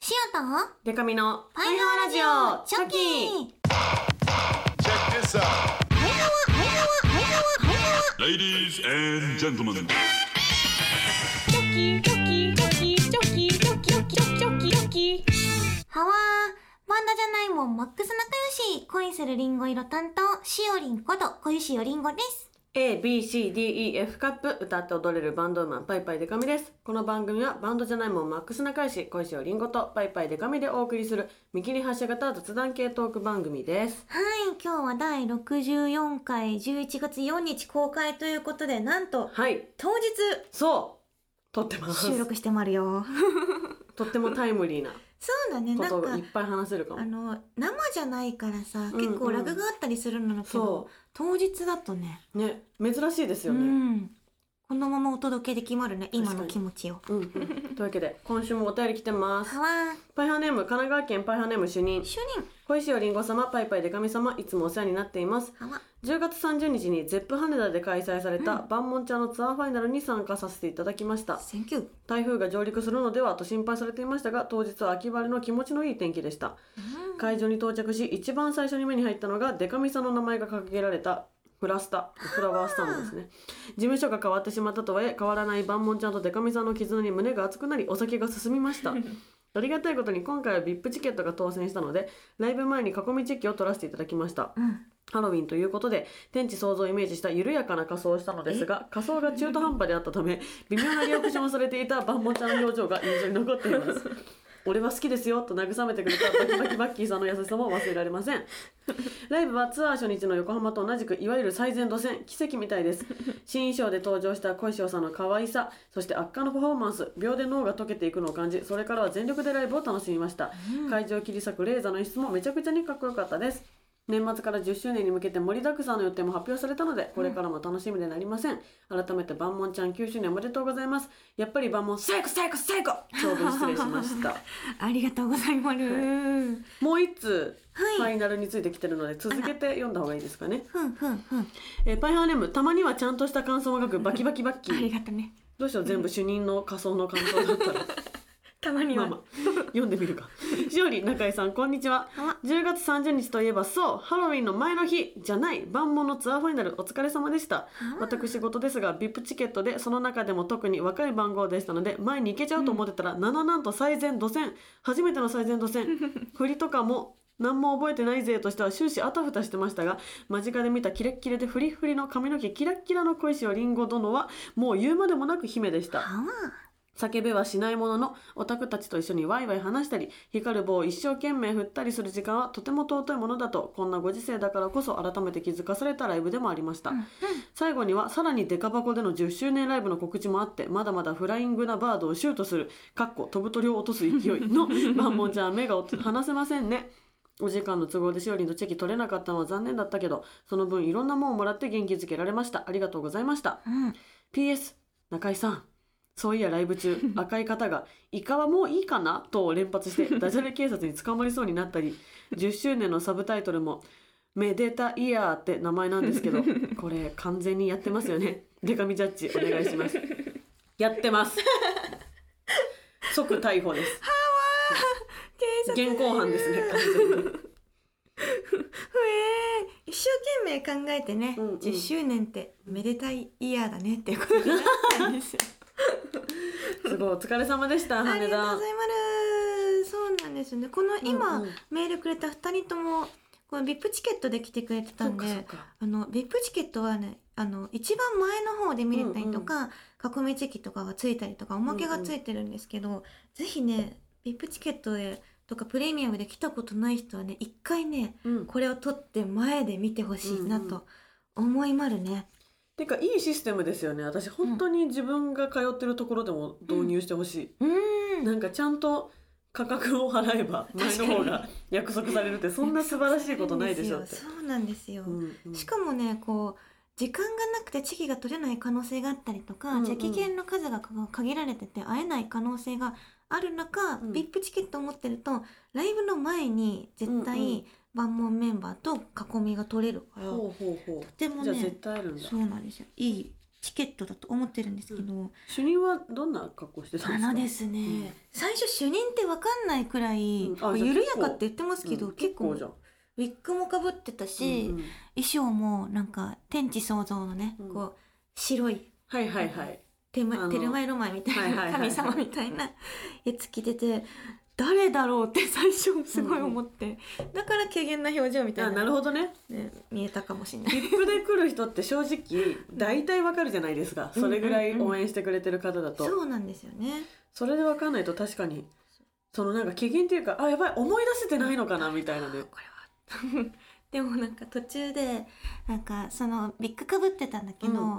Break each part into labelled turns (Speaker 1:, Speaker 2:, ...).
Speaker 1: シアター
Speaker 2: デカミの
Speaker 1: パイハワラジオチョキ
Speaker 3: Check this out.
Speaker 1: パイハワパイハワパイハワパイハワ
Speaker 3: Ladies and gentlemen.
Speaker 1: ハワーバンドじゃないもんマックス仲良し恋するリンゴ色担当しおりんこと恋しおりんごです
Speaker 2: A, B, C, D, E, F カップ歌って踊れるバンドウーマンパイパイデカミですこの番組はバンドじゃないもんマックス仲良し恋しおりんごとパイパイデカミでお送りする見切り発車型雑談系トーク番組です
Speaker 1: はい今日は第64回11月4日公開ということでなんと
Speaker 2: はい
Speaker 1: 当日
Speaker 2: そう撮ってます
Speaker 1: 収録してまるよ
Speaker 2: とってもタイムリーな
Speaker 1: そうだねな
Speaker 2: こ
Speaker 1: ん
Speaker 2: とを
Speaker 1: か
Speaker 2: いっぱい話せるかも
Speaker 1: あの生じゃないからさ
Speaker 2: んうん
Speaker 1: 結構ラグがあったりするのだけど、
Speaker 2: そ
Speaker 1: 当日だとね
Speaker 2: うね珍しいです
Speaker 1: う
Speaker 2: よね、
Speaker 1: んこのままお届けで決まるね今の気持ちを
Speaker 2: うんうん、というわけで今週もお便り来てます
Speaker 1: ハワー
Speaker 2: パイハーネーム神奈川県パイハーネーム主任
Speaker 1: 主任
Speaker 2: 小石おりんご様パイパイデカミ様いつもお世話になっています
Speaker 1: ハワ
Speaker 2: 10月30日にゼップ羽田で開催された万文茶のツアーファイナルに参加させていただきました
Speaker 1: センキュー
Speaker 2: 台風が上陸するのではと心配されていましたが当日は秋晴れの気持ちのいい天気でした会場に到着し一番最初に目に入ったのがデカミさんの名前が掲げられたフラスタフラワースタンドですね事務所が変わってしまったとはいえ変わらない万文ちゃんとデカミさんの絆に胸が熱くなりお酒が進みましたありがたいことに今回は VIP チケットが当選したのでライブ前に囲みチェキを取らせていただきました
Speaker 1: うん
Speaker 2: ハロウィンということで天地創造をイメージした緩やかな仮装をしたのですが仮装が中途半端であったため微妙なリアクションをされていたバンモちゃんの表情が印象に残っています俺は好きですよと慰めてくれたバキバキバッキーさんの優しさも忘れられませんライブはツアー初日の横浜と同じくいわゆる最前路線奇跡みたいです新衣装で登場した小石尾さんの可愛さそして圧巻のパフォーマンス秒で脳が溶けていくのを感じそれからは全力でライブを楽しみました、会場を切り裂くレーザーの演出もめちゃくちゃにかっこよかったです年末から10周年に向けて盛りだくさんの予定も発表されたのでこれからも楽しみでなりません、改めて万門ちゃん9周年おめでとうございますやっぱり万門最高最高最高長文失礼しました
Speaker 1: ありがとうございます。
Speaker 2: もう一通、
Speaker 1: はい
Speaker 2: ファイナルについてきてるので続けて読んだ方がいいですかね
Speaker 1: ふんふんふん。
Speaker 2: えーパイハーネームたまにはちゃんとした感想を書くバキバキバッキ
Speaker 1: あり
Speaker 2: ー
Speaker 1: がとね。
Speaker 2: どうしよう全部主任の仮想の感想だっ たら
Speaker 1: たまに
Speaker 2: まあまあ読んでみる かしおり中井さんこんにちは
Speaker 1: は
Speaker 2: 10月30日といえばそうハロウィンの前の日じゃない万物のツアーファイナルお疲れ様でした私事ですが VIP チケットでその中でも特に若い番号でしたので前に行けちゃうと思ってたら、なななんと最前路線初めての最前路線 振りとかも何も覚えてないぜとしては終始あたふたしてましたが間近で見たキレッキレでフリフリの髪の毛キラッキラの小石をりんご殿はもう言うまでもなく姫でした
Speaker 1: はわ。
Speaker 2: 叫べはしないもののオタクたちと一緒にワイワイ話したり光る棒を一生懸命振ったりする時間はとても尊いものだとこんなご時世だからこそ改めて気づかされたライブでもありました、最後にはさらにデカ箱での10周年ライブの告知もあってまだまだフライングなバードをシュートするかっこ飛ぶ鳥を落とす勢いのマンモンちゃん目が離せませんねお時間の都合でしおりんとチェキ取れなかったのは残念だったけどその分いろんなもんをもらって元気づけられましたありがとうございました
Speaker 1: うん。
Speaker 2: PS 中井さんそういやライブ 中赤い方が「イカはもういいかな?」と連発 してダジャレ警察に捕まりそうになったり10周年のサブタイトルも「めでたイヤー」って名前なんです けどこれ完全にやってますよねデカミジャッジお願い しますやってます即逮捕です
Speaker 1: 警
Speaker 2: 現行犯ですね完全に
Speaker 1: ふえー一生懸命考えてね、
Speaker 2: うんうん
Speaker 1: 10周年ってめでたいイヤーだねっていうことになったんです よ。
Speaker 2: すごいお疲れ様でした
Speaker 1: ありがと
Speaker 2: 羽
Speaker 1: う
Speaker 2: 田
Speaker 1: ございます。そうなんですね。この今、
Speaker 2: うんうん
Speaker 1: メールくれた二人ともこのビップチケットで来てくれてたんで、
Speaker 2: そうかそうか
Speaker 1: あのビップチケットはね、あの一番前の方で見れたりとか、囲みチェキとかがついたりとかおまけがついてるんですけど、ぜひね、ビップチケットでとかプレミアムで来たことない人はね、一回ね、
Speaker 2: うん
Speaker 1: これを取って前で見てほしいなと思いまるね。
Speaker 2: てかいいシステムですよね私本当に自分が通ってるところでも導入してほしい、
Speaker 1: うーん。
Speaker 2: なんかちゃんと価格を払 えば前の方が約束されるってそんな素晴らしいことないでしょって。
Speaker 1: そうなんですよ。
Speaker 2: うんうん
Speaker 1: しかもねこう時間がなくてチェキが取れない可能性があったりとか、
Speaker 2: うんうん
Speaker 1: チェキ券の数が限られてて会えない可能性がある中、
Speaker 2: うん
Speaker 1: VIP チケットを持ってるとライブの前に絶
Speaker 2: うんう
Speaker 1: 対万門メンバーと囲みが取れるから、
Speaker 2: ほうほうほ
Speaker 1: で
Speaker 2: う。
Speaker 1: も
Speaker 2: じゃあ
Speaker 1: ね
Speaker 2: 絶対あるんだ
Speaker 1: そ。うなんですよいいチケットだと思ってるんですけど、
Speaker 2: 主任はどんな格好してたんで
Speaker 1: あ
Speaker 2: すか
Speaker 1: のですね、
Speaker 2: うん
Speaker 1: 最初主任って分かんないくらい、
Speaker 2: うんあじゃあ
Speaker 1: 緩やかって言ってますけど、
Speaker 2: うん
Speaker 1: 結構
Speaker 2: じゃん
Speaker 1: ウィッグもかぶってたし、
Speaker 2: うんうん
Speaker 1: 衣装もなんか天地創造のね、
Speaker 2: うん
Speaker 1: こう白い
Speaker 2: はいはいはい
Speaker 1: テル
Speaker 2: あの
Speaker 1: マテルマエロマエみた
Speaker 2: はいいはい
Speaker 1: な
Speaker 2: はいはい
Speaker 1: 神様みたいなやつ着てて誰だろうって最初すごい思って、だから軽減な表情みたい
Speaker 2: あ
Speaker 1: な
Speaker 2: なるほどね
Speaker 1: ね見えたかもしれない。
Speaker 2: 切符で来る人って正直大体わかるじゃないですかそれぐらい応援してくれてる方だと、
Speaker 1: そうなんですよね。
Speaker 2: それでわかんないと確かにそのなんか機嫌っていうかあやばい思い出せてないのかなみたいなね
Speaker 1: これは でもなんか途中でなんかそのビッグかぶってたんだけど、
Speaker 2: うん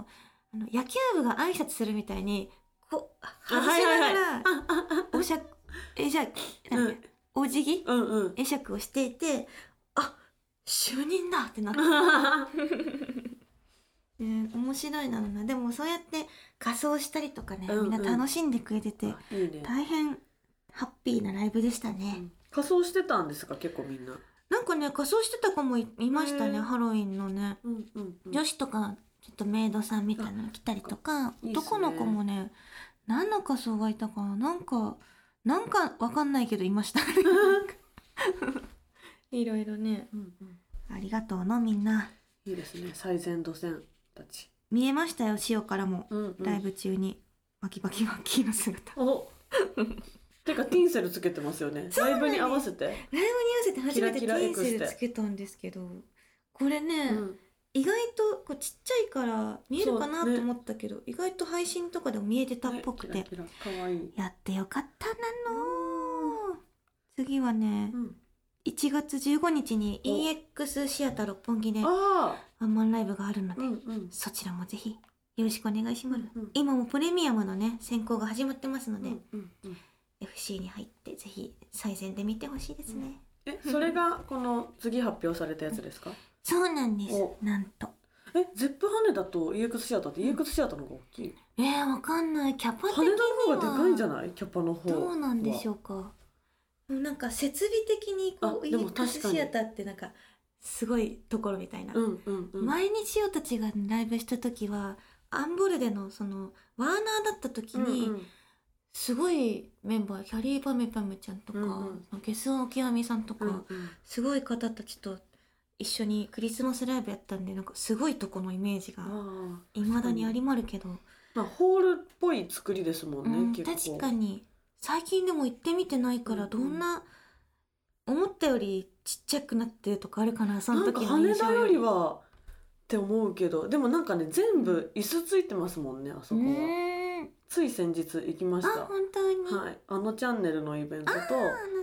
Speaker 1: あの野球部が挨拶するみたいにこう
Speaker 2: あ
Speaker 1: 外しながら
Speaker 2: あああ
Speaker 1: おしゃえじゃなんだっけお辞儀
Speaker 2: うんうん
Speaker 1: 会釈をしていてあ就任だってな って、ね面白いなのなでもそうやって仮装したりとかね、
Speaker 2: うんうん
Speaker 1: みんな楽しんでくれてて
Speaker 2: いいね
Speaker 1: 大変ハッピーなライブでしたね、
Speaker 2: 仮装してたんですか結構みんな、
Speaker 1: なんかね仮装してた子もいいましたね
Speaker 2: へー
Speaker 1: ハロウィンのね
Speaker 2: うんうん
Speaker 1: 女子とかちょっとメイドさんみたいなの来たりとか
Speaker 2: いいっすね
Speaker 1: 男の子もね何の仮装がいたかななんかなんかわかんないけどいました いろいろね
Speaker 2: うんうん
Speaker 1: ありがとうのみんない
Speaker 2: いですね最前路線たち、
Speaker 1: 見えましたよ塩からも
Speaker 2: うんうん
Speaker 1: ライブ中にバキバキバキの 姿
Speaker 2: おてかティンセルつけてますよね
Speaker 1: そうな
Speaker 2: ラ
Speaker 1: ん
Speaker 2: イ
Speaker 1: です
Speaker 2: ブに合わせて、
Speaker 1: ライブに合わせて初めて
Speaker 2: キ
Speaker 1: テ
Speaker 2: ラ
Speaker 1: ィ
Speaker 2: キラエ
Speaker 1: ン
Speaker 2: クステ
Speaker 1: セルつけたんですけどこれね、
Speaker 2: うん
Speaker 1: 意外とこうちっちゃいから見えるかな
Speaker 2: そうね
Speaker 1: と思ったけど、意外と配信とかでも見えてたっぽくて
Speaker 2: ねキラキラかわいい、
Speaker 1: やってよかったなの次はね
Speaker 2: うん、
Speaker 1: 1月15日に
Speaker 2: お
Speaker 1: EX シアター六本木で
Speaker 2: あ
Speaker 1: ワンマンライブがあるの
Speaker 2: あう
Speaker 1: で、
Speaker 2: んうん
Speaker 1: そちらもぜひよろしくお願いします、
Speaker 2: うんうん
Speaker 1: 今もプレミアムのね選考が始まってますので、
Speaker 2: うんうんうん、
Speaker 1: FC に入ってぜひ最善で見てほしいですね、
Speaker 2: えそれがこの次発表されたやつですか
Speaker 1: そうなんです
Speaker 2: お
Speaker 1: なんと
Speaker 2: えゼップ羽田と EX シアターって EX シアターの方が大きい
Speaker 1: えー、わかんないキャパ的
Speaker 2: 羽
Speaker 1: に
Speaker 2: 田の
Speaker 1: は
Speaker 2: 方がでかいんじゃないキャパの方
Speaker 1: どうなんでしょ
Speaker 2: ょ
Speaker 1: うかもうなんか設備的にこう
Speaker 2: あでも確か
Speaker 1: EX
Speaker 2: に
Speaker 1: シアターってなんかすごいところみたいな、
Speaker 2: うんうんうん
Speaker 1: 前に千代たちがライブした時はアンボルデのそのワーナーだった時
Speaker 2: う
Speaker 1: に
Speaker 2: んうん
Speaker 1: すごいメンバーキャリーパメパメちゃんとか、
Speaker 2: うんうん
Speaker 1: ゲスオンきあみさんとか、
Speaker 2: うんうん
Speaker 1: すごい方たちと一緒にクリスマスライブやったんでなんかすごいとこのイメージが
Speaker 2: ああ
Speaker 1: いまだにありまるけど、
Speaker 2: まあホールっぽい作りですもんね、
Speaker 1: うん
Speaker 2: 結構
Speaker 1: 確かに最近でも行ってみてないか
Speaker 2: う
Speaker 1: ら
Speaker 2: んうん
Speaker 1: どんな、思ったよりちっちゃくなってるとかあるかなその
Speaker 2: なんか
Speaker 1: 時の印
Speaker 2: 羽
Speaker 1: 象
Speaker 2: 田よりはって思うけどでもなんかね全部椅子ついてますもんねあそこは、
Speaker 1: ね
Speaker 2: つい先日行きま
Speaker 1: え
Speaker 2: し
Speaker 1: あ
Speaker 2: た
Speaker 1: 本当に、
Speaker 2: はいあのチャンネルのイベントと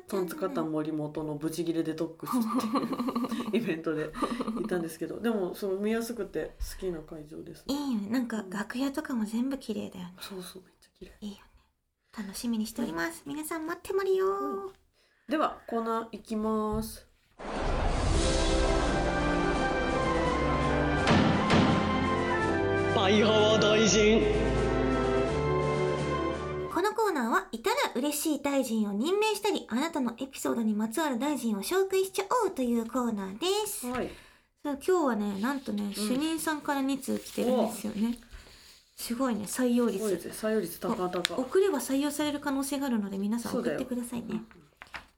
Speaker 2: トンツカタン森本のブチギレデトックスっていう イベントで行ったんですけどでもその見やすくて好きな会場です、
Speaker 1: いい
Speaker 2: ね、
Speaker 1: よねなんか
Speaker 2: うん
Speaker 1: 楽屋とかも全部綺麗だよね
Speaker 2: そうそうめっちゃ綺麗
Speaker 1: いいよね楽しみにしております皆さん待ってまりよ
Speaker 2: うんではコーナー行きますパイハワ大臣
Speaker 1: このコーナーはいたら嬉しい大臣を任命したりあなたのエピソードにまつわる大臣を紹介しちゃおうというコーナーです
Speaker 2: はい
Speaker 1: さあ今日はねなんとね、主任さんから2通来てるんですよねすごいね採用
Speaker 2: すごいで
Speaker 1: 率
Speaker 2: すね採用率高々
Speaker 1: 送れば採用される可能性があるので皆さん
Speaker 2: そう
Speaker 1: 送
Speaker 2: だよ
Speaker 1: ってくださいね、
Speaker 2: うん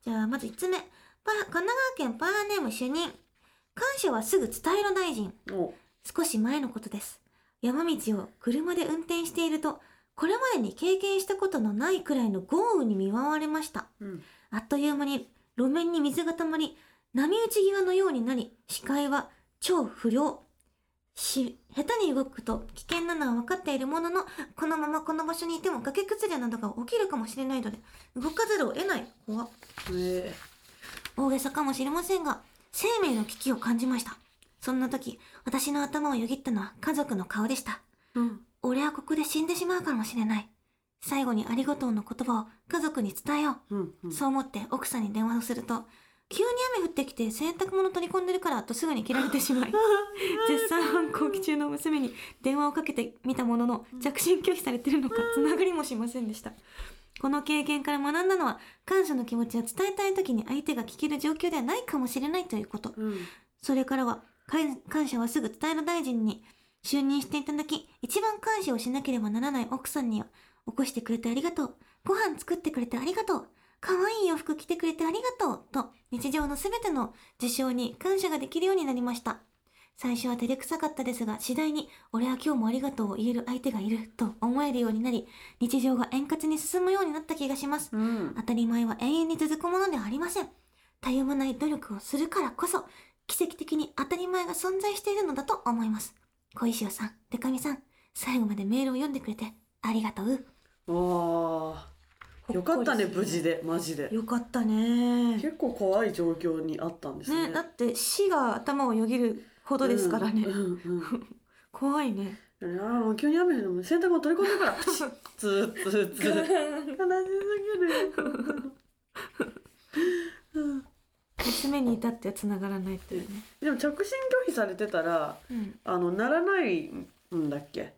Speaker 1: じゃあまず1つ目パ神奈川県パーラネーム主任感謝はすぐ伝えろ大臣
Speaker 2: お
Speaker 1: 少し前のことです。山道を車で運転していると、これまでに経験したことのないくらいの豪雨に見舞われました。
Speaker 2: うん
Speaker 1: あっという間に路面に水が溜まり、波打ち際のようになり、視界は超不良。し、下手に動くと危険なのは分かっているものの、このままこの場所にいても崖崩れなどが起きるかもしれないので、動かざるを得ない。怖っ
Speaker 2: え
Speaker 1: 大げさかもしれませんが、生命の危機を感じました。そんな時、私の頭をよぎったのは家族の顔でした。
Speaker 2: うん
Speaker 1: 俺はここで死んでしまうかもしれない。最後にありがとうの言葉を家族に伝えよ
Speaker 2: うんう
Speaker 1: う。
Speaker 2: ん
Speaker 1: そう思って奥さんに電話をすると、急に雨降ってきて洗濯物取り込んでるからとすぐに切られてしまい、 絶賛反抗期中の娘に電話をかけてみたものの着信拒否されてるのかつながりもしませんでした。この経験から学んだのは感謝の気持ちを伝えたい時に相手が聞ける状況ではないかもしれないということ。
Speaker 2: うん
Speaker 1: それからは、感感謝はすぐ伝える大臣に、就任していただき、一番感謝をしなければならない奥さんには、起こしてくれてありがとう。ご飯作ってくれてありがとう。可愛い洋服着てくれてありがとう。と、日常のすべての事象に感謝ができるようになりました。最初は照れくさかったですが、次第に、俺は今日もありがとうを言える相手がいる、と思えるようになり、日常が円滑に進むようになった気がします。
Speaker 2: うん
Speaker 1: 当たり前は永遠に続くものではありません。たゆまない努力をするからこそ、奇跡的に当たり前が存在しているのだと思います。小石尾さん、でかみさん、最後までメールを読んでくれて、ありがとう。
Speaker 2: おーよかったね無事でマジで
Speaker 1: よかったね。
Speaker 2: 結構怖い状況にあったんですね
Speaker 1: ね、だって死が頭をよぎるほどですからね。
Speaker 2: うんうんうん
Speaker 1: 怖い ね。
Speaker 2: ああもう急に雨降るのも洗濯物取り込んでからプチッツーツーツー悲しすぎる
Speaker 1: 娘に至っては繋がらないっていうね。
Speaker 2: でも着信拒否されてたら
Speaker 1: うん、
Speaker 2: あのならないんだっけ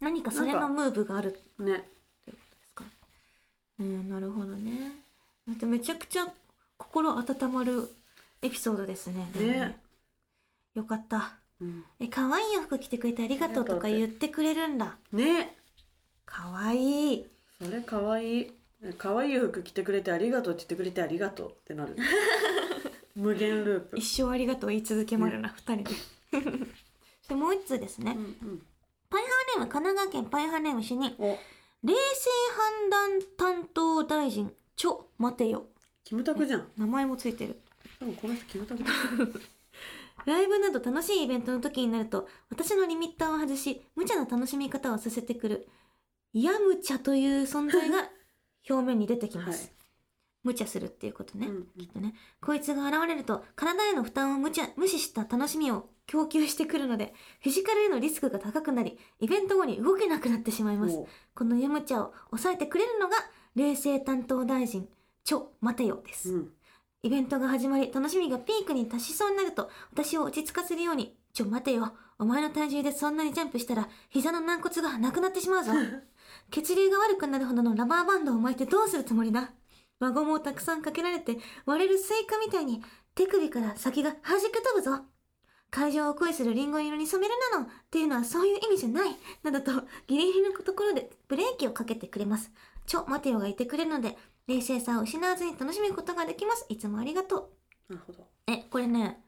Speaker 1: 何かそれのムーブがあるって
Speaker 2: ね
Speaker 1: ことですか。うん、なるほどね。だってめちゃくちゃ心温まるエピソードですね。でも
Speaker 2: ね
Speaker 1: よかった。
Speaker 2: うん
Speaker 1: え、可愛い洋服着てくれてありがとうとか
Speaker 2: ありがと
Speaker 1: 言ってくれるんだ。
Speaker 2: ね
Speaker 1: 可愛い。
Speaker 2: それかわいいかわいい服着てくれてありがとうって言ってくれてありがとうって なる無限ループ、
Speaker 1: 一生ありがとう言い続けまるな、二人で。そしてもう一通ですね。
Speaker 2: うんうん、
Speaker 1: パイハーネーム、神奈川県パイハーネーム主任、
Speaker 2: お
Speaker 1: 冷静判断担当大臣、ちょ、待てよ。
Speaker 2: キムタクじゃん
Speaker 1: 名前もついてる。
Speaker 2: でもこの人キムタクだ
Speaker 1: ライブなど楽しいイベントの時になると、私のリミッターを外し、無茶な楽しみ方をさせてくる、やむちゃという存在 が表面に出てきます。無茶するっていうことね。
Speaker 2: うんうん
Speaker 1: きっとね。こいつが現れると、体への負担を無茶無視した楽しみを供給してくるので、フィジカルへのリスクが高くなり、イベント後に動けなくなってしまいます。
Speaker 2: も
Speaker 1: このヤムチャを抑えてくれるのが、冷静担当大臣、ちょ、待てよで
Speaker 2: う
Speaker 1: す。
Speaker 2: うん
Speaker 1: イベントが始まり、楽しみがピークに達しそうになると、私を落ち着かせるように、ちょ、待てよ。お前の体重でそんなにジャンプしたら、膝の軟骨がなくなってしまうぞ。血流が悪くなるほどのラバーバンドを巻いてどうするつもりだ輪ゴムをたくさんかけられて、割れるスイカみたいに、手首から先が弾け飛ぶぞ。会場を恋するリンゴ色に染めるなのっていうのはそういう意味じゃないなどと、ギリギリのところでブレーキをかけてくれます。ちょ、待てよがいてくれるので、冷静さを失わずに楽しむことができます。いつもありがと
Speaker 2: なるほど
Speaker 1: う。え、これね、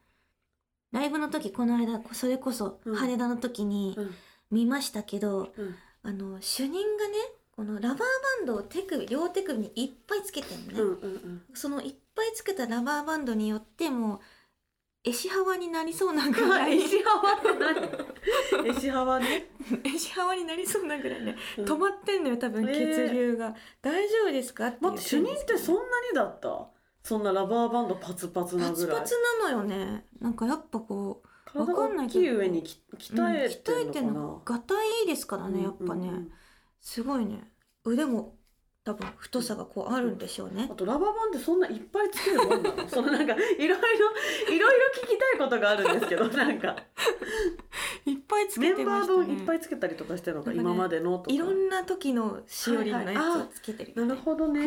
Speaker 1: ライブの時、この間、こそれこそ、
Speaker 2: うん
Speaker 1: 羽田の時に
Speaker 2: うん
Speaker 1: 見ましたけど、
Speaker 2: うん
Speaker 1: あの、主任がね、このラバーバンドを手首、両手首にいっぱいつけてるのね。
Speaker 2: うんうんうん
Speaker 1: そのいっぱいつけたラバーバンドによってもう、エシハワになりそうなぐら い、
Speaker 2: 石幅って何石幅ね、
Speaker 1: エシハワになりそうなぐらいね、
Speaker 2: うん
Speaker 1: 止まってんのよ、多分
Speaker 2: え
Speaker 1: 血
Speaker 2: ー
Speaker 1: 流が。大丈夫ですかって言
Speaker 2: 待
Speaker 1: っ
Speaker 2: ってて主任ってそん
Speaker 1: ん
Speaker 2: なにだったそんなラバーバンドパツパツな
Speaker 1: パ
Speaker 2: ぐ
Speaker 1: ツ
Speaker 2: らい
Speaker 1: パツなのよね。なんかやっぱこう、わ
Speaker 2: 体
Speaker 1: かんな
Speaker 2: 大
Speaker 1: い
Speaker 2: き
Speaker 1: けど
Speaker 2: い上にき鍛えて
Speaker 1: うん
Speaker 2: る
Speaker 1: 鍛えて
Speaker 2: のかな、
Speaker 1: んのがたいいですからねやっぱね、
Speaker 2: うんうんうん
Speaker 1: すごいね腕も多分太さがこうあるんでしょうね、
Speaker 2: あとラバーバンドそんないっぱいつけるもん なのそのなんかいろいろいろいろ聞きたいことがあるんで すけどなんか
Speaker 1: いっぱいつ
Speaker 2: メ
Speaker 1: け
Speaker 2: ン
Speaker 1: て
Speaker 2: バ
Speaker 1: ま
Speaker 2: ー
Speaker 1: した
Speaker 2: 分
Speaker 1: ね
Speaker 2: いっぱいつけたりとかしてるのか
Speaker 1: なんかね
Speaker 2: 今までのとか
Speaker 1: いろんな時のしおりのや
Speaker 2: はいは
Speaker 1: つ
Speaker 2: い
Speaker 1: をつけてる、
Speaker 2: なるほ どね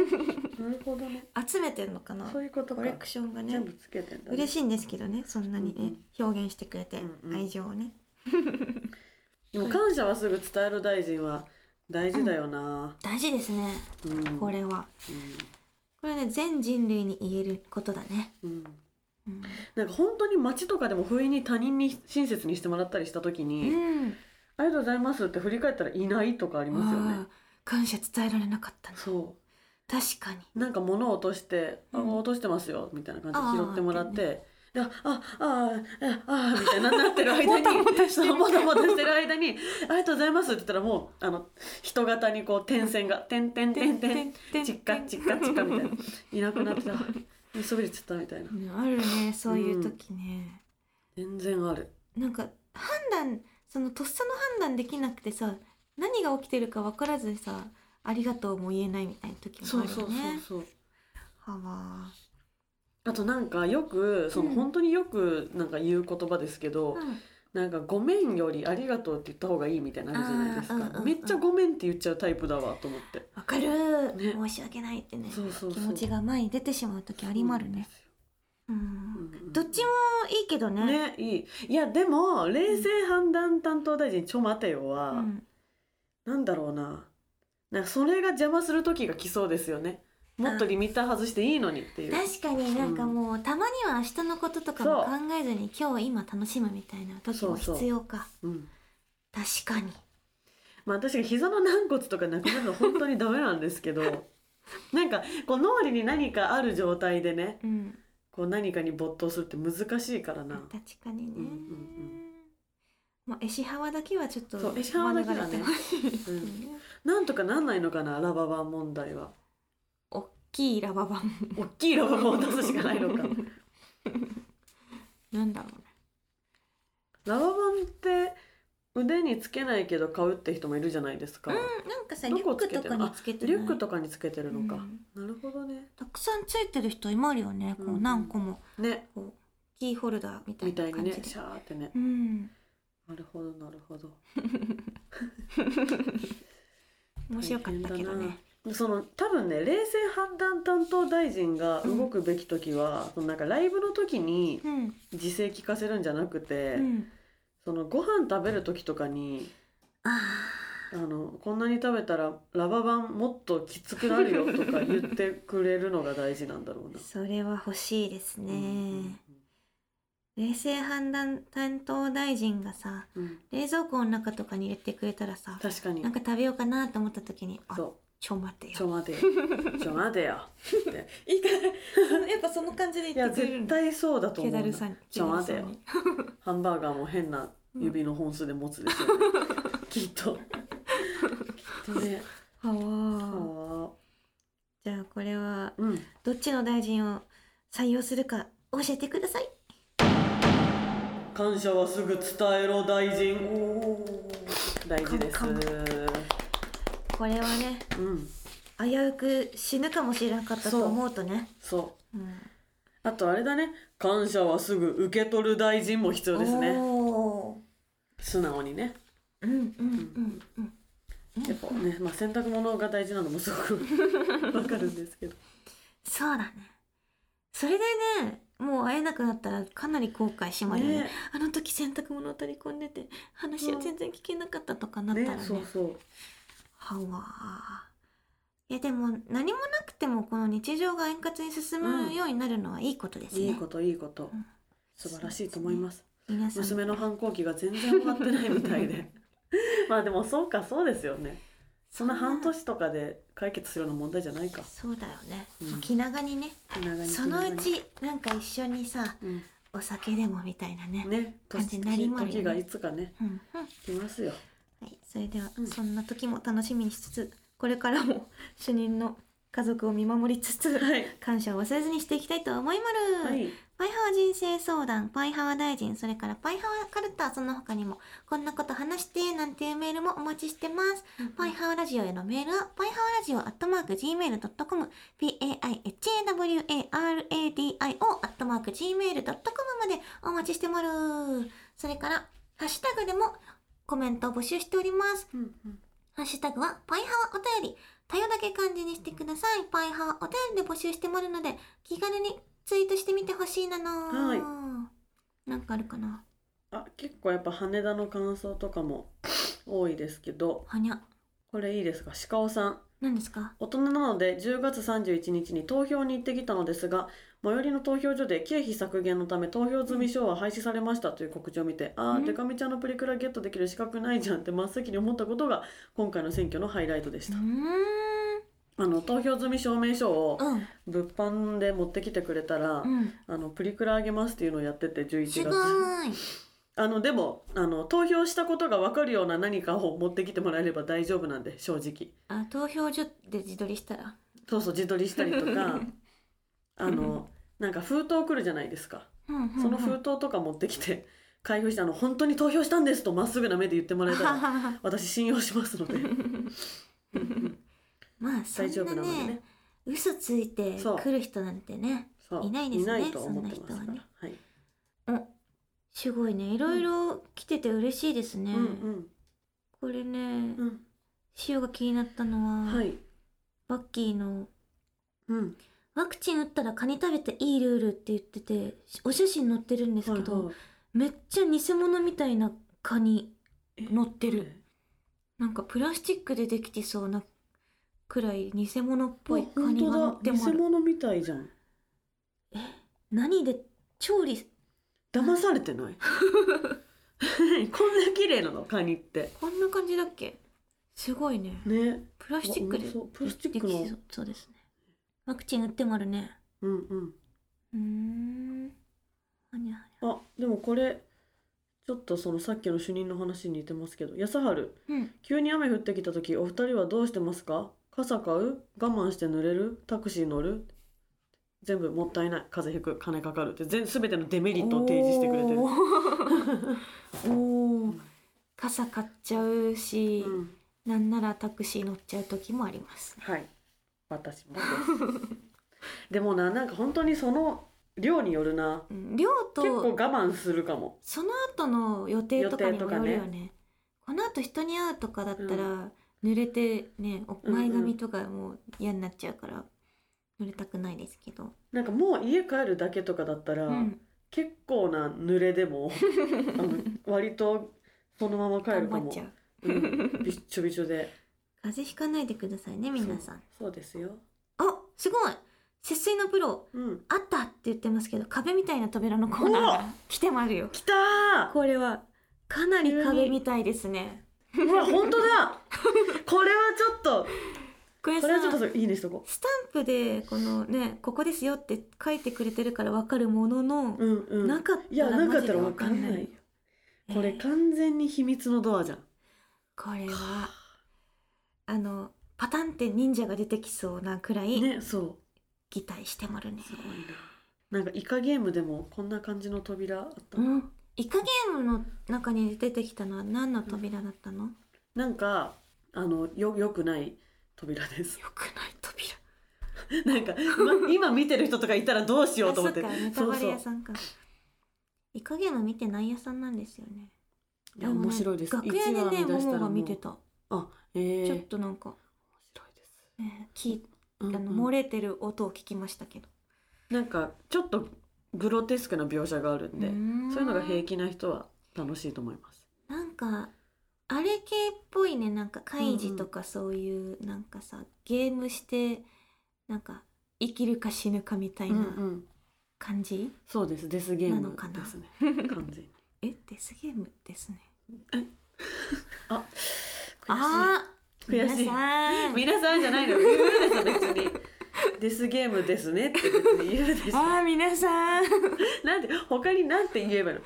Speaker 2: なるほどね
Speaker 1: 集めてるのかな
Speaker 2: そういうこと
Speaker 1: コ
Speaker 2: か
Speaker 1: レクションがね
Speaker 2: 全部つけてんだ、ね、
Speaker 1: 嬉しいんですけどねそんなにね、表現してくれて、
Speaker 2: うんうん
Speaker 1: 愛情をね
Speaker 2: でも感謝はすぐ伝える大臣は大事だよな、
Speaker 1: 大事ですね
Speaker 2: うん
Speaker 1: これはこれね全人類に言えることだね、
Speaker 2: うんうん
Speaker 1: うん
Speaker 2: なんか本当に街とかでも不意に他人に親切にしてもらったりした時に「
Speaker 1: うん
Speaker 2: ありがとうございます」って振り返ったらいないとかありますよ
Speaker 1: あ
Speaker 2: ね
Speaker 1: ー。感謝伝えられなかったね
Speaker 2: そ
Speaker 1: 確 かに
Speaker 2: うなんか物を落として「あ
Speaker 1: うん
Speaker 2: 落としてますよ」みたいな
Speaker 1: あ
Speaker 2: 感じで
Speaker 1: ー
Speaker 2: 拾ってもらって。でああああああみたいななってる間に
Speaker 1: もた もたしてる
Speaker 2: そうもたもたしてる間に「ありがとうございます」って言ったらもうあの人型にこう点線が「点点点点
Speaker 1: 点
Speaker 2: ちっかちっかちっ か」みたいないなくなってた寝そべりちゃったみたいな
Speaker 1: うんあるねそういう時ね、
Speaker 2: 全然ある
Speaker 1: なんか判断そのとっさの判断できなくてさ何が起きてるか分からずさありがとうも言えないみたいな時もあるよね
Speaker 2: そう
Speaker 1: はわ
Speaker 2: あとなんかよくその
Speaker 1: うん
Speaker 2: 本当によくなんか言う言葉ですけど、
Speaker 1: うん
Speaker 2: なんか「ごめん」より「ありがとう」って言った方がいいみたいなのあるじゃないですか、
Speaker 1: あーうんうんうん
Speaker 2: めっちゃ「ごめん」って言っちゃうタイプだわと思って
Speaker 1: わかる、
Speaker 2: ね
Speaker 1: 申し訳ないってね
Speaker 2: そうそうそう
Speaker 1: 気持ちが前に出てしまう時ありまるね、う
Speaker 2: うん
Speaker 1: ん
Speaker 2: うん
Speaker 1: どっちもいいけどね
Speaker 2: ねいいいやでも冷静判断担当大臣ちょ待てよは、
Speaker 1: うん
Speaker 2: なんだろうななんかそれが邪魔する時が来そうですよねもっとリミッター外していいのにっていう
Speaker 1: 確かになんかもう、たまには明日のこととかも考
Speaker 2: そう
Speaker 1: えずに今日今楽しむみたいな時も必要か
Speaker 2: うん
Speaker 1: 確かに
Speaker 2: まあ私が膝の軟骨とかなくなるの本当にダメなんですけど なんかこう脳裏に何かある状態でね
Speaker 1: うん
Speaker 2: こう何かに没頭するって難しいからな
Speaker 1: 確かにね、
Speaker 2: うんうんうん
Speaker 1: まあエシハワだけはちょっと
Speaker 2: そうエシハワだけはね
Speaker 1: 免 れてほしいですね
Speaker 2: なんとかなんないのかなラババン問題は
Speaker 1: おっきいラババン
Speaker 2: 大きいラババンを出すしかないのか
Speaker 1: なんだろうね
Speaker 2: ラババンって腕につけないけど買うって人もいるじゃないですか、
Speaker 1: うんなんかさリ
Speaker 2: ど
Speaker 1: ュッ
Speaker 2: こ
Speaker 1: ク
Speaker 2: つけ
Speaker 1: と
Speaker 2: て
Speaker 1: か
Speaker 2: るの
Speaker 1: につけて
Speaker 2: リュック
Speaker 1: と
Speaker 2: とかにつけてるのか、なるほどね
Speaker 1: たくさんついてる人いまるよねこ
Speaker 2: うんう
Speaker 1: うん何個も
Speaker 2: ね
Speaker 1: キーホルダーみた
Speaker 2: み
Speaker 1: い
Speaker 2: た
Speaker 1: ない
Speaker 2: に
Speaker 1: 感じ
Speaker 2: ね
Speaker 1: で、
Speaker 2: シャーってね
Speaker 1: うん
Speaker 2: なるほどなるほど
Speaker 1: 面白かったけど
Speaker 2: 大変
Speaker 1: ね
Speaker 2: だなその多分ね冷静判断担当大臣が動くべき時は、そのなんかライブの時に
Speaker 1: うん
Speaker 2: 自制聞かせるんじゃなくて、
Speaker 1: うん
Speaker 2: そのご飯食べる時とかに
Speaker 1: あ
Speaker 2: あのこんなに食べたらラババンもっときつくなる よとか言ってくれるのが大事なんだろう
Speaker 1: ー
Speaker 2: な。
Speaker 1: それは欲しいですね、
Speaker 2: うん
Speaker 1: 冷静判断担当大臣がさ
Speaker 2: うんうん
Speaker 1: 冷蔵庫の中とかに入れてくれたらさ
Speaker 2: 確かに
Speaker 1: なんか食べようかなと思った時に「あ
Speaker 2: そ
Speaker 1: ちょ待て
Speaker 2: う
Speaker 1: よ
Speaker 2: ちょ待 てよちょ待てよ」って。
Speaker 1: いいから やっぱその感じで
Speaker 2: いや絶対そうだと
Speaker 1: 気
Speaker 2: 思
Speaker 1: だ
Speaker 2: う
Speaker 1: る
Speaker 2: な
Speaker 1: さに
Speaker 2: ちょ待てよハンバーガーも変な指の本数で持つでしょうね、 きっときっとね
Speaker 1: は
Speaker 2: あ
Speaker 1: わ
Speaker 2: ー
Speaker 1: じゃあこれは
Speaker 2: うん
Speaker 1: どっちの大臣を採用するか教えてください
Speaker 2: 感謝はすぐ伝えろ大臣大事です
Speaker 1: カンカこれはね
Speaker 2: うん
Speaker 1: 危うく死ぬかもしれなかったと思うとね
Speaker 2: そう
Speaker 1: うん
Speaker 2: あとあれだね感謝はすぐ受け取る大臣も必要ですね
Speaker 1: おー
Speaker 2: 素直にね
Speaker 1: うんうんうんうん
Speaker 2: やっぱね、まあ、洗濯物が大事なのもすごく わかるんですけど
Speaker 1: そうだねそれでねもう会えなくなったらかなり後悔しまるよね
Speaker 2: ね
Speaker 1: あの時洗濯物を取り込んでて話を全然聞けなかったとかなったら
Speaker 2: ね
Speaker 1: ね
Speaker 2: そうそう
Speaker 1: はわいやでも何もなくてもこの日常が円滑に進むようになるのはいいことですね、
Speaker 2: いいこといいこと
Speaker 1: うん
Speaker 2: 素晴らしいと思います
Speaker 1: 皆さん
Speaker 2: 娘の反抗期が全然終わってないみた いでまあでもそうかそうですよねそんな半年とかで解決するような問題じゃないか
Speaker 1: そうだよね、
Speaker 2: うん
Speaker 1: もう気長にね
Speaker 2: 長々
Speaker 1: そのうちなんか一緒にさ
Speaker 2: うん
Speaker 1: お酒でもみたいなね
Speaker 2: ね
Speaker 1: 感
Speaker 2: 年
Speaker 1: じになりまるよね
Speaker 2: 時がいつかね
Speaker 1: うんうん
Speaker 2: 来ますよ
Speaker 1: はい、それでは、
Speaker 2: うん
Speaker 1: そんな時も楽しみにしつつこれからも主任の家族を見守りつつ、
Speaker 2: はい
Speaker 1: 感謝を忘れずにしていきたいと思いまる、
Speaker 2: はい
Speaker 1: パイハワ人生相談、パイハワ大臣、それからパイハワカルタ、その他にも、こんなこと話して、なんていうメールもお待ちしてます。パイハワラジオへのメールは、パイハワラジオアットマーク Gmail.com、p-a-i-h-a-w-a-r-a-d-i-o アットマーク Gmail.com までお待ちしてもる。それから、ハッシュタグでもコメントを募集しております。
Speaker 2: うんうん
Speaker 1: ハッシュタグは、パイハワお便り。たよだけ漢字にしてください。パイハワお便りで募集してもらうので、気軽にツイートしてみてほしいなの。
Speaker 2: はい
Speaker 1: なんかあるかな
Speaker 2: あ結構やっぱ羽田の感想とかも多いですけど
Speaker 1: はにゃ。
Speaker 2: これいいですか鹿尾さん
Speaker 1: 何ですか
Speaker 2: 大人なので10月31日に投票に行ってきたのですが最寄りの投票所で経費削減のため投票済み証は廃止されましたという告知を見て、ああ
Speaker 1: うん
Speaker 2: デカミちゃんのプリクラゲットできる資格ないじゃんって真っ先に思ったことが今回の選挙のハイライトでし
Speaker 1: うー
Speaker 2: た、
Speaker 1: ん。
Speaker 2: あの投票済み証明書を
Speaker 1: うん。
Speaker 2: 物販で持ってきてくれたら、
Speaker 1: うん。
Speaker 2: あのプリクラあげますっていうのをやってて11
Speaker 1: す
Speaker 2: 月
Speaker 1: ごーい。
Speaker 2: あのでもあの投票したことが分かるような何かを持ってきてもらえれば大丈夫なんで正直
Speaker 1: あ、投票所で自撮りしたら。
Speaker 2: そうそう自撮り したりとかあのなんか封筒来るじゃないですか
Speaker 1: うんうんうん
Speaker 2: その封筒とか持ってきて開封してあの「本当に投票したんです」とまっすぐな目で言ってもらえ
Speaker 1: あ
Speaker 2: た
Speaker 1: は
Speaker 2: ら
Speaker 1: はは
Speaker 2: 私信用しますので
Speaker 1: まあ、そん
Speaker 2: 大丈夫
Speaker 1: な
Speaker 2: なので
Speaker 1: ね
Speaker 2: ね、
Speaker 1: 嘘ついて
Speaker 2: そう
Speaker 1: 来る人なんてね、
Speaker 2: そう
Speaker 1: いないですね
Speaker 2: いないと思ってます
Speaker 1: そんな人は
Speaker 2: から
Speaker 1: ね
Speaker 2: はい
Speaker 1: すごいね、いろいろ来てて嬉しいです
Speaker 2: う
Speaker 1: ね。
Speaker 2: ん
Speaker 1: これね
Speaker 2: う、ん
Speaker 1: 塩が気になった
Speaker 2: うん
Speaker 1: のは、
Speaker 2: はい
Speaker 1: バッキーの
Speaker 2: うん
Speaker 1: ワクチン打ったらカニ食べていいルールって言っててお写真載ってるんですけど、めっちゃ偽物みたいなカニ乗ってるなんかプラスチックでできてそうなくらい偽物っぽいカニが乗
Speaker 2: 本
Speaker 1: って
Speaker 2: 当だ
Speaker 1: もあ
Speaker 2: 偽
Speaker 1: る
Speaker 2: 物みたいじゃん
Speaker 1: 何で調理
Speaker 2: 騙され てないこんな綺麗なのカニって
Speaker 1: こんな感じだっけすごいね
Speaker 2: ね
Speaker 1: プラスチックで
Speaker 2: あそうプラスチック
Speaker 1: で
Speaker 2: の
Speaker 1: きそうそうですねワクチン打ってもあるね
Speaker 2: うんうん
Speaker 1: うーんはにゃはに
Speaker 2: あでもこれちょっとそのさっきの主任の話に似てますけど安春
Speaker 1: ゃうん
Speaker 2: 急に雨降ってきた時お二人はどうしてますか傘買う我慢して濡れるタクシー乗る全部もったいない風邪ひく金かかるって全全てのデメリットを提示してくれてる
Speaker 1: お、ーおー傘買っちゃうし、
Speaker 2: うん、
Speaker 1: なんならタクシー乗っちゃう時もあります
Speaker 2: はい私 もですでもななんか本当にその量によるな
Speaker 1: うん量
Speaker 2: 結構我
Speaker 1: と
Speaker 2: 慢するかも
Speaker 1: その後の予定とかに
Speaker 2: 予定と
Speaker 1: も
Speaker 2: か
Speaker 1: よ
Speaker 2: ね
Speaker 1: るよねこの後人に会うとかだったら、濡れてねお前髪とかもう嫌になっちゃうから、濡れたくないですけど、
Speaker 2: なんかもう家帰るだけとかだったら、
Speaker 1: うん、
Speaker 2: 結構な濡れ でもあの割とそのまま帰
Speaker 1: 頑
Speaker 2: るか
Speaker 1: 張っ
Speaker 2: も
Speaker 1: ちゃう
Speaker 2: うんびっちょびちょで
Speaker 1: 風邪ひかないでくださいね皆さん
Speaker 2: そうそうですよ
Speaker 1: あすごい節水のプロ
Speaker 2: うん
Speaker 1: あったって言ってますけど壁みたいな扉のコーナーが来てまるよ
Speaker 2: きたー
Speaker 1: これはかなり壁みたいですね
Speaker 2: うわ本当 だこれはちょっと
Speaker 1: これ
Speaker 2: こ
Speaker 1: さ
Speaker 2: れはちょっといいねしとこ
Speaker 1: スタンプでこのねここですよって書いてくれてるからわかるものの
Speaker 2: う、うんうん
Speaker 1: なかっ
Speaker 2: い
Speaker 1: た
Speaker 2: や
Speaker 1: ら
Speaker 2: なか
Speaker 1: マ
Speaker 2: っ
Speaker 1: ジで
Speaker 2: たらわ
Speaker 1: わ
Speaker 2: か
Speaker 1: か
Speaker 2: ん
Speaker 1: ん
Speaker 2: な
Speaker 1: ないい
Speaker 2: よこれ
Speaker 1: えー
Speaker 2: 完全に秘密のドアじゃん
Speaker 1: これはあのパタンって忍者が出てきそうなくらい
Speaker 2: ねそう
Speaker 1: 擬態してもるね
Speaker 2: すごいな。なんかイカゲームでもこんな感じの扉あった
Speaker 1: う
Speaker 2: な。
Speaker 1: んイカゲームの中に出てきたのは何の扉だったの、
Speaker 2: なんかあのよよくない扉です。
Speaker 1: よくない扉
Speaker 2: なんか、ま、今見てる人とかいたらどうしようと思って。
Speaker 1: あそっかネタバレ屋さんかイカゲーム見てない屋さんなんですよね
Speaker 2: いや面白いです。
Speaker 1: 楽屋でね
Speaker 2: 一話見出
Speaker 1: モ
Speaker 2: した
Speaker 1: モ
Speaker 2: らも
Speaker 1: が
Speaker 2: う
Speaker 1: 見て。た、
Speaker 2: あえー、
Speaker 1: ちょっとなんか、
Speaker 2: 白いです。
Speaker 1: ね、聞い
Speaker 2: うんうん
Speaker 1: あの漏れてる音を聞きましたけど、
Speaker 2: なんかちょっとグロテスクな描写があるんで、そういうのが平気な人は楽しいと思います。
Speaker 1: なんかあれ系っぽいねなんか怪事とかそういう、なんかさゲームしてなんか生きるか死ぬかみたい
Speaker 2: うんう。
Speaker 1: なん感じ、
Speaker 2: そうです。デスゲー
Speaker 1: な
Speaker 2: ム
Speaker 1: のかな
Speaker 2: ですね。完全に。
Speaker 1: えデスゲームですね
Speaker 2: あ、
Speaker 1: あー
Speaker 2: 悔しい
Speaker 1: 皆さん
Speaker 2: 皆さんじゃないの言うでしょ別にデスゲームですねって別に言うでし ょ
Speaker 1: あー皆さん
Speaker 2: なんで他になんて言え ばいいの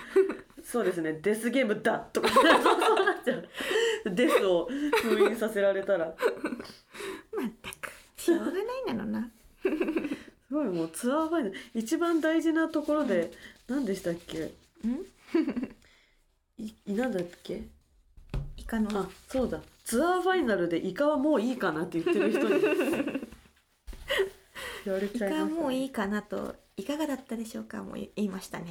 Speaker 2: そうですねデスゲームだとか そうなっちゃうデスを封印させられたら
Speaker 1: まったくしょうがないなのな
Speaker 2: すごいもうツアーファイナル一番大事なところで何でしたっけ
Speaker 1: ん
Speaker 2: いなんだっけ
Speaker 1: イカの
Speaker 2: あそうだツアーファイナルでイカはもういいかなって言ってる人 に言われ
Speaker 1: イ
Speaker 2: ちゃいましたね
Speaker 1: カもういいかなといかがだったでしょうかも言いましたね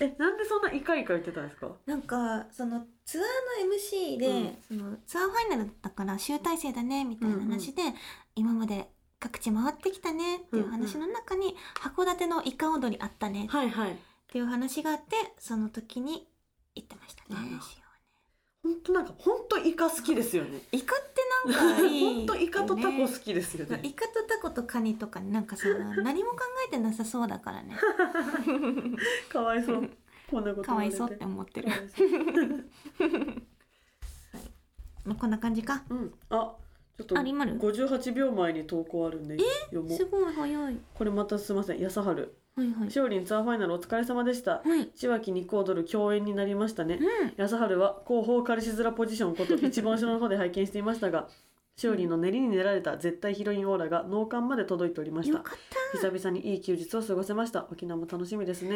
Speaker 2: えなんでそんなイカイカ言ってたんですか
Speaker 1: なんかそのツアーの MC で、
Speaker 2: うん
Speaker 1: そのツアーファイナルだから集大成だねみたいな話で、今まで各地回ってきたねっていう話の中に、函館のイカ踊りあったね
Speaker 2: はいはい
Speaker 1: っていう話があってその時に行ってましたね
Speaker 2: あら
Speaker 1: し
Speaker 2: 本当なんか本当イカ好きですよね。
Speaker 1: おんイカってなんかいいよね
Speaker 2: 本当イカとタコ好きですよ
Speaker 1: イ
Speaker 2: ね。
Speaker 1: カとタコとカニとかなんかさ 何も考えてなさそうだからね
Speaker 2: かわ いそう。こんなこと
Speaker 1: か
Speaker 2: 言わ
Speaker 1: わ
Speaker 2: れ
Speaker 1: い
Speaker 2: て。
Speaker 1: そうって思ってる
Speaker 2: かわいそう
Speaker 1: まあこんな感じか
Speaker 2: うん。あ、ちょっと
Speaker 1: ありまる
Speaker 2: 五十八秒前に投稿あるんで読も
Speaker 1: す
Speaker 2: う。
Speaker 1: ごい早いはい
Speaker 2: これまたすみません。やさはる。
Speaker 1: はい
Speaker 2: しおりんツアーファイナルお疲れ様でした。
Speaker 1: はい
Speaker 2: 千秋肉踊る共演になりましたね。
Speaker 1: うん
Speaker 2: やさはるは後方カルシズラポジションこと一番後ろの方で拝見していましたが、しおりんの練りに練られた絶対ヒロインオーラが脳幹まで届いておりまし
Speaker 1: よ
Speaker 2: た。
Speaker 1: かった
Speaker 2: 久々にいい休日を過ごせました。沖縄も楽しみですね。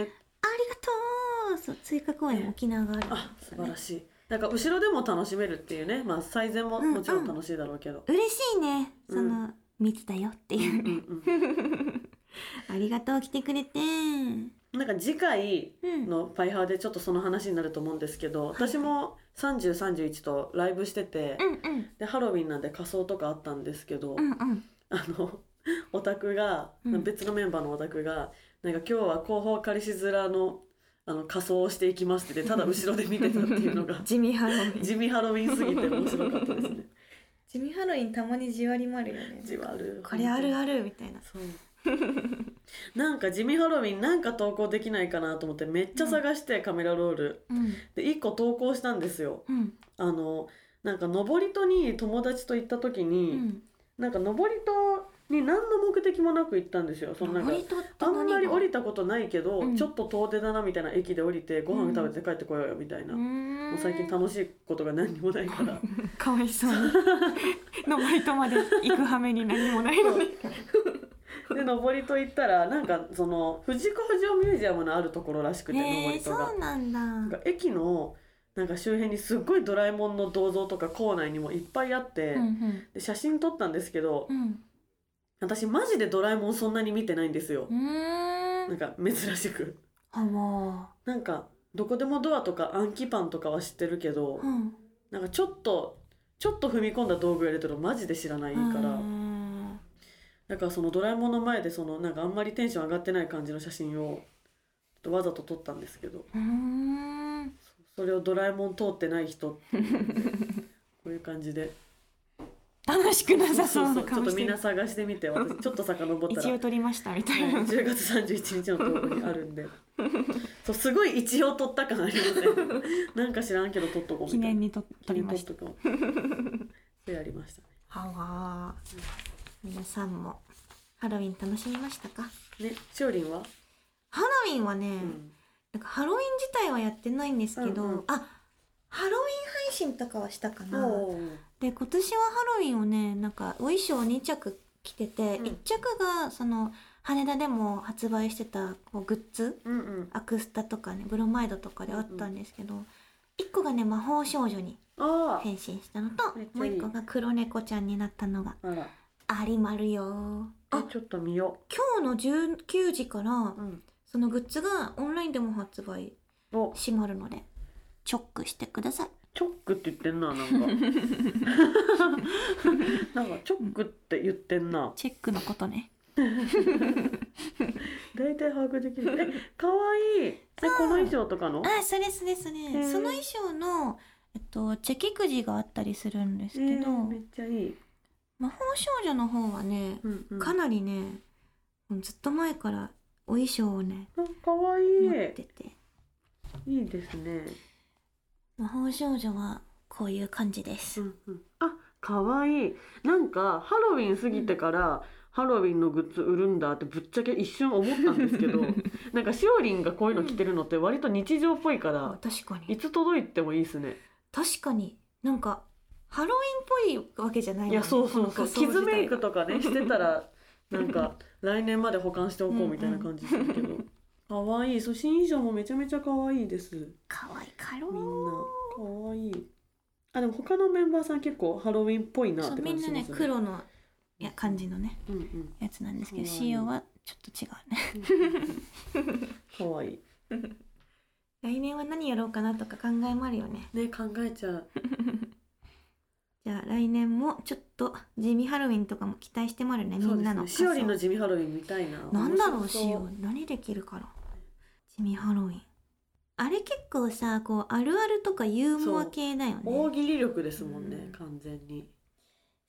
Speaker 1: ありがとうそう追加公演沖縄がある
Speaker 2: あ素晴らしいなんか後ろでも楽しめるっていうねまあ最善も
Speaker 1: うんうん
Speaker 2: もちろん楽しいだろうけど、
Speaker 1: 嬉しいね
Speaker 2: うん
Speaker 1: その、密だよっていう
Speaker 2: うん
Speaker 1: ね ありがとう来てくれてうん
Speaker 2: うん、なんか次回
Speaker 1: うん
Speaker 2: の「パイハー」でちょっとその話になると思うんですけど私も3031とライブしてて、
Speaker 1: うん
Speaker 2: でハロウィンなんで仮装とかあったんですけど、
Speaker 1: うんうん
Speaker 2: あの オタクが、
Speaker 1: うん
Speaker 2: 別のメンバーのオタクがなんか今日は後方彼氏面のあの仮装をしていきますって言ってただ後ろで見てたっていうの が
Speaker 1: 地味ハロウィン
Speaker 2: 地味ハロウィンすぎて面白かったですね。
Speaker 1: 地味ハロウィンたまにじわりもあるよね
Speaker 2: じわる
Speaker 1: これあるあるみたいな
Speaker 2: そう なんか地味ハロウィンなんか投稿できないかなと思ってめっちゃ探して、カメラロール
Speaker 1: うん
Speaker 2: で1個投稿したんですよ
Speaker 1: うん
Speaker 2: あのなんか登り戸に友達と行った時
Speaker 1: う
Speaker 2: に、
Speaker 1: ん
Speaker 2: なんか登り戸に何の目的もなく行ったんですよそのなんか
Speaker 1: 割とって
Speaker 2: あ
Speaker 1: 何が
Speaker 2: んまり降りたことないけど、
Speaker 1: うん
Speaker 2: ちょっと遠出だなみたいな駅で降りてご飯食べて帰ってこようよみたいな、
Speaker 1: う
Speaker 2: も
Speaker 1: ーん
Speaker 2: う最近楽しいことが何にもないから
Speaker 1: かわいそう に登り戸まで行く羽目に何もないのね
Speaker 2: で登り戸行ったらなんかその藤子不二雄ミュージアムのあるところらしくて登
Speaker 1: へえ
Speaker 2: り戸
Speaker 1: そ
Speaker 2: が
Speaker 1: う。なん
Speaker 2: なん
Speaker 1: だ
Speaker 2: か駅のなんか周辺にすっごいドラえもんの銅像とか構内にもいっぱいあって、
Speaker 1: うんうん
Speaker 2: で写真撮ったんですけど
Speaker 1: うん
Speaker 2: 私マジでドラえもんそんなに見てないんですよ
Speaker 1: う、ー
Speaker 2: なんんか珍しく
Speaker 1: あも
Speaker 2: なんかどこでもドアとか暗記パンとかは知ってるけど、
Speaker 1: ううん
Speaker 2: なんかちょっとちょっと踏み込んだ道具入れてるのマジで知らないから、
Speaker 1: うーん
Speaker 2: だからそのドラえもんの前でそのなんかあんまりテンション上がってない感じの写真をちょっとわざと撮ったんですけど
Speaker 1: うーん
Speaker 2: それをドラえもん通ってな い人っていうのでこういう感じで
Speaker 1: 楽しくなさそう
Speaker 2: そ
Speaker 1: な
Speaker 2: うそうちょ
Speaker 1: 顔
Speaker 2: っと
Speaker 1: して
Speaker 2: みんな
Speaker 1: る
Speaker 2: 探してみて私ちょっと遡ったら
Speaker 1: 一応取りましたみたいな、
Speaker 2: はい10月31日の投稿にあ るんでそうすごい一応取った感ありますねなんか知らんけど取っとこうみた
Speaker 1: 記
Speaker 2: いな
Speaker 1: 念にと取りま
Speaker 2: 取っ
Speaker 1: した
Speaker 2: とこうそれやりました
Speaker 1: はわ皆さんもハロウィン楽しみましたか
Speaker 2: ねねしおりんは、
Speaker 1: ハロウィンはね、
Speaker 2: うん
Speaker 1: なんかハロウィン自体はやってないんですけど、
Speaker 2: うんうん
Speaker 1: あハロウィン配信とかはしたかな
Speaker 2: おー
Speaker 1: で今年はハロウィンをねなんかお衣装2着着てて、
Speaker 2: うん
Speaker 1: 1着がその羽田でも発売してたこうグッズ
Speaker 2: うんうん
Speaker 1: アクスタとかねブロマイドとかであったんですけど、1個がね魔法少女に
Speaker 2: あ
Speaker 1: 変身したのと
Speaker 2: めっち
Speaker 1: もう
Speaker 2: ゃいい
Speaker 1: 1個が黒猫ちゃんになったのが
Speaker 2: ああら
Speaker 1: ありまるよー
Speaker 2: あ
Speaker 1: あ
Speaker 2: ちょっと見よ
Speaker 1: 今日の19時から
Speaker 2: う、うん、
Speaker 1: そのグッズがオンラインでも発売
Speaker 2: お
Speaker 1: しまるのでチョックしてください
Speaker 2: チョックって言ってんななんか なんかチョックって言ってんな
Speaker 1: チェックのことね
Speaker 2: 大体把握 できるえかわいいえこの衣装とかの
Speaker 1: あそれそれそれ
Speaker 2: ー
Speaker 1: その衣装のえっとチェキくじがあったりするんですけど、
Speaker 2: えーめっちゃいい、
Speaker 1: 魔法少女の方はね
Speaker 2: うんうん、
Speaker 1: かなりね、ずっと前からお衣装をね
Speaker 2: あかわい
Speaker 1: 持って
Speaker 2: い
Speaker 1: て
Speaker 2: いいですね、
Speaker 1: 魔法少女はこういう感じです、
Speaker 2: うんうん、あかわいいなんかハロウィン過ぎてから、ハロウィンのグッズ売るんだってぶっちゃけ一瞬思ったんですけどなんかしおりんがこういうの着てるのって割と日常っぽいか
Speaker 1: あ
Speaker 2: ら、
Speaker 1: 確か
Speaker 2: い
Speaker 1: に
Speaker 2: つ届いてもいいですね
Speaker 1: 確かになんかハロウィンっぽいわけじゃない
Speaker 2: いやそうそうそうキズメイク
Speaker 1: と
Speaker 2: とかねしてたらなんか来年まで保管しておこうみたいな感じするけど可愛いいそう新衣装もめちゃめちゃ可愛いですみん
Speaker 1: かわいいハロウ
Speaker 2: な
Speaker 1: ィン
Speaker 2: 可愛いいあでも他のメンバーさん結構ハロウィンっぽいな
Speaker 1: そ
Speaker 2: っ
Speaker 1: う
Speaker 2: て
Speaker 1: み
Speaker 2: 感
Speaker 1: ん
Speaker 2: じ
Speaker 1: な
Speaker 2: しま
Speaker 1: ね
Speaker 2: すね
Speaker 1: 黒のいや感じのね
Speaker 2: うんうん
Speaker 1: やつなんですけど
Speaker 2: そうなんだ
Speaker 1: 仕様はちょっと違うね
Speaker 2: 可愛い
Speaker 1: 来年は何やろうかなとか考えもあるよね
Speaker 2: いね考えちゃう
Speaker 1: じゃあ来年もちょっと地味ハロウィンとかも期待してもらうねみ
Speaker 2: そうんで
Speaker 1: な
Speaker 2: す
Speaker 1: の
Speaker 2: ねしおりんの
Speaker 1: 仮
Speaker 2: 地味ハロウィンみたいな
Speaker 1: 装なんだろ
Speaker 2: 面
Speaker 1: う
Speaker 2: 白
Speaker 1: し
Speaker 2: そ
Speaker 1: よう何できるかな地味ハロウィンあれ結構さこうあるあるとかユーモア系だよね
Speaker 2: 大喜利力ですもんね、
Speaker 1: うん
Speaker 2: 完全に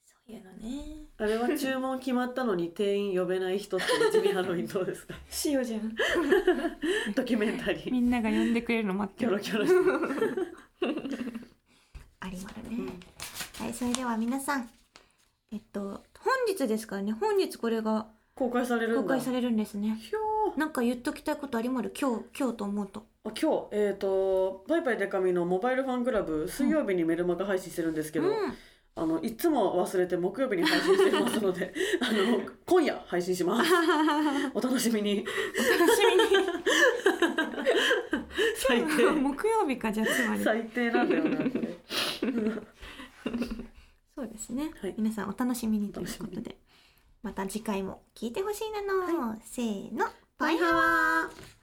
Speaker 1: そういうのね
Speaker 2: あれは注文決まったのに店員呼べない人っていう地味ハロウィンど うですか
Speaker 1: しようじゃん
Speaker 2: ドキュメンタリー
Speaker 1: みんなが呼んでくれるの待って
Speaker 2: キョロキョロして
Speaker 1: ありまるね、はいそれでは皆さんえっと本日ですからね本日これが
Speaker 2: 公開される
Speaker 1: 公
Speaker 2: んだ
Speaker 1: 開されるんですね
Speaker 2: ひょー
Speaker 1: なんか言っときたいことありまる今日今日と思うと
Speaker 2: あ今日えっ、と「バイバイデカミ」のモバイルファンクラブ水曜日にメルマガ配信してるんですけ ど、
Speaker 1: うん
Speaker 2: あのいつも忘れて木曜日に配信してます のであの今夜配信しますお楽しみに
Speaker 1: 楽し
Speaker 2: 最低
Speaker 1: みに木曜日かじゃあつまり
Speaker 2: 最低なんだよなこれ
Speaker 1: そうですね、
Speaker 2: はい
Speaker 1: 皆さんお楽しみにというこ
Speaker 2: お楽し
Speaker 1: とでまた次回も聞いてほしいなの、せーの
Speaker 2: バイハワー